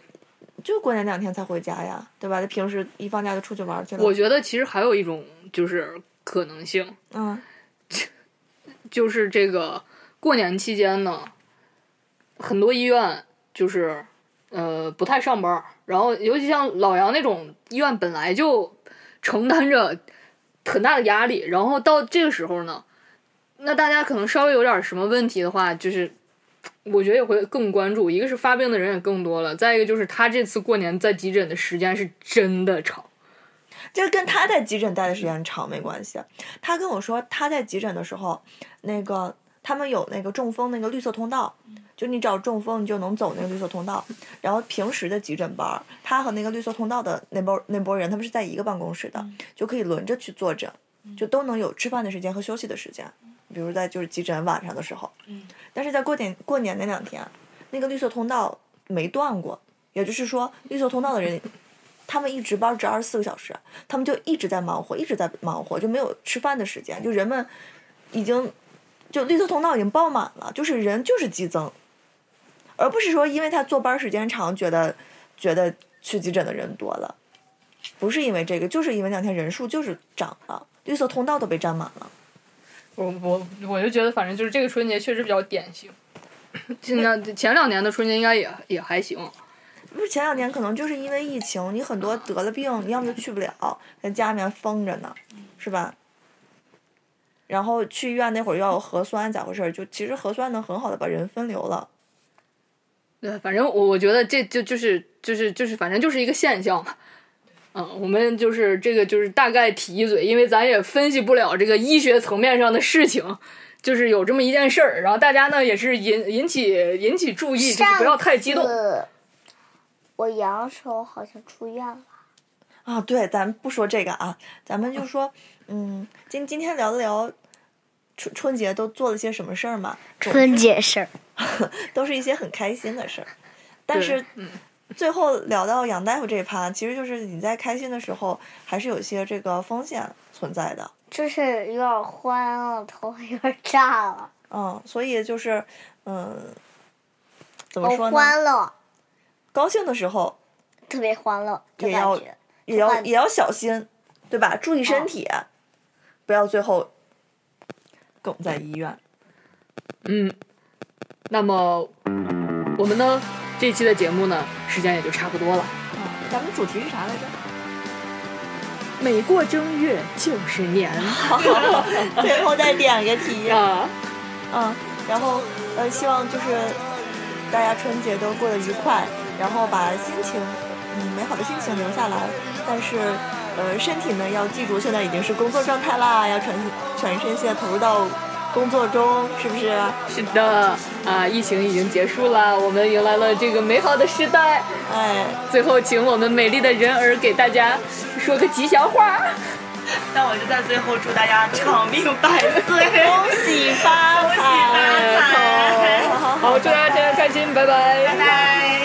S2: 就过年两天才回家呀，对吧？他平时一放假就出去玩去了。
S1: 我觉得其实还有一种就是可能性，
S2: 嗯，
S1: 就是这个过年期间呢，很多医院就是呃不太上班儿，然后尤其像老杨那种医院本来就承担着很大的压力，然后到这个时候呢，那大家可能稍微有点什么问题的话，就是。我觉得也会更关注，一个是发病的人也更多了，再一个就是他这次过年在急诊的时间是真的长，
S2: 这跟他在急诊待的时间长没关系。他跟我说，他在急诊的时候，那个他们有那个中风那个绿色通道，就你只要中风，你就能走那个绿色通道。然后平时的急诊班儿，他和那个绿色通道的那波那波人，他们是在一个办公室的，就可以轮着去坐诊，就都能有吃饭的时间和休息的时间。比如在就是急诊晚上的时候，但是在过年过年那两天，那个绿色通道没断过，也就是说，绿色通道的人，他们一值班值二十四个小时，他们就一直在忙活，一直在忙活，就没有吃饭的时间。就人们已经，就绿色通道已经爆满了，就是人就是激增，而不是说因为他坐班儿时间长，觉得觉得去急诊的人多了，不是因为这个，就是因为那天人数就是涨了，绿色通道都被占满了。
S1: 我我我就觉得，反正就是这个春节确实比较典型。现在前两年的春节应该也也还行，
S2: 不是前两年可能就是因为疫情，你很多得了病，你要么就去不了，在家里面封着呢，是吧？然后去医院那会儿又要有核酸，咋回事儿？就其实核酸能很好的把人分流了。
S1: 对，反正我我觉得这就就是就是就是，反正就是一个现象嘛。嗯，我们就是这个就是大概提一嘴，因为咱也分析不了这个医学层面上的事情，就是有这么一件事儿，然后大家呢也是引引起引起注意，就是不要太激动。
S4: 上次我阳的时候好像出院了，
S2: 啊，对，咱不说这个啊，咱们就说，嗯，今今天聊了聊春春节都做了些什么事儿嘛，总
S4: 节事儿。
S2: 都是一些很开心的事儿。但
S1: 对
S2: 是
S1: 嗯，
S2: 最后聊到杨大夫这一趴，其实就是你在开心的时候，还是有些这个风险存在的。
S4: 就是有点欢了，头发有点炸了，
S2: 嗯，所以就是，嗯，怎么
S4: 好
S2: 说呢？
S4: 欢乐，
S2: 高兴的时候
S4: 特别欢乐的
S2: 也
S4: 感
S2: 要
S4: 觉。
S2: 也要
S4: 换
S2: 也要小心，对吧？注意
S4: 嗯
S2: 身体，不要最后梗在医院。
S1: 嗯，那么我们呢这期的节目呢时间也就差不多了。
S2: 嗯咱们主题是啥 来着？
S1: 每过正月就是年
S2: 最后再点个 题。
S1: 啊！
S2: 嗯，然后呃，希望就是大家春节都过得愉快，然后把心情，嗯，美好的心情留下来。但是，呃，身体呢要记住，现在已经是工作状态啦，要全全身心地投入到工作中，是不是？
S1: 是的啊，疫情已经结束了，我们迎来了这个美好的时代。
S2: 哎，
S1: 最后，请我们美丽的人儿给大家说个吉祥话。
S3: 那我就在最后祝大家长命百岁，
S2: 恭喜发
S3: 发
S2: 财！
S3: 财
S2: 好好好
S1: 好，祝大家天天开心，拜拜
S3: 拜拜。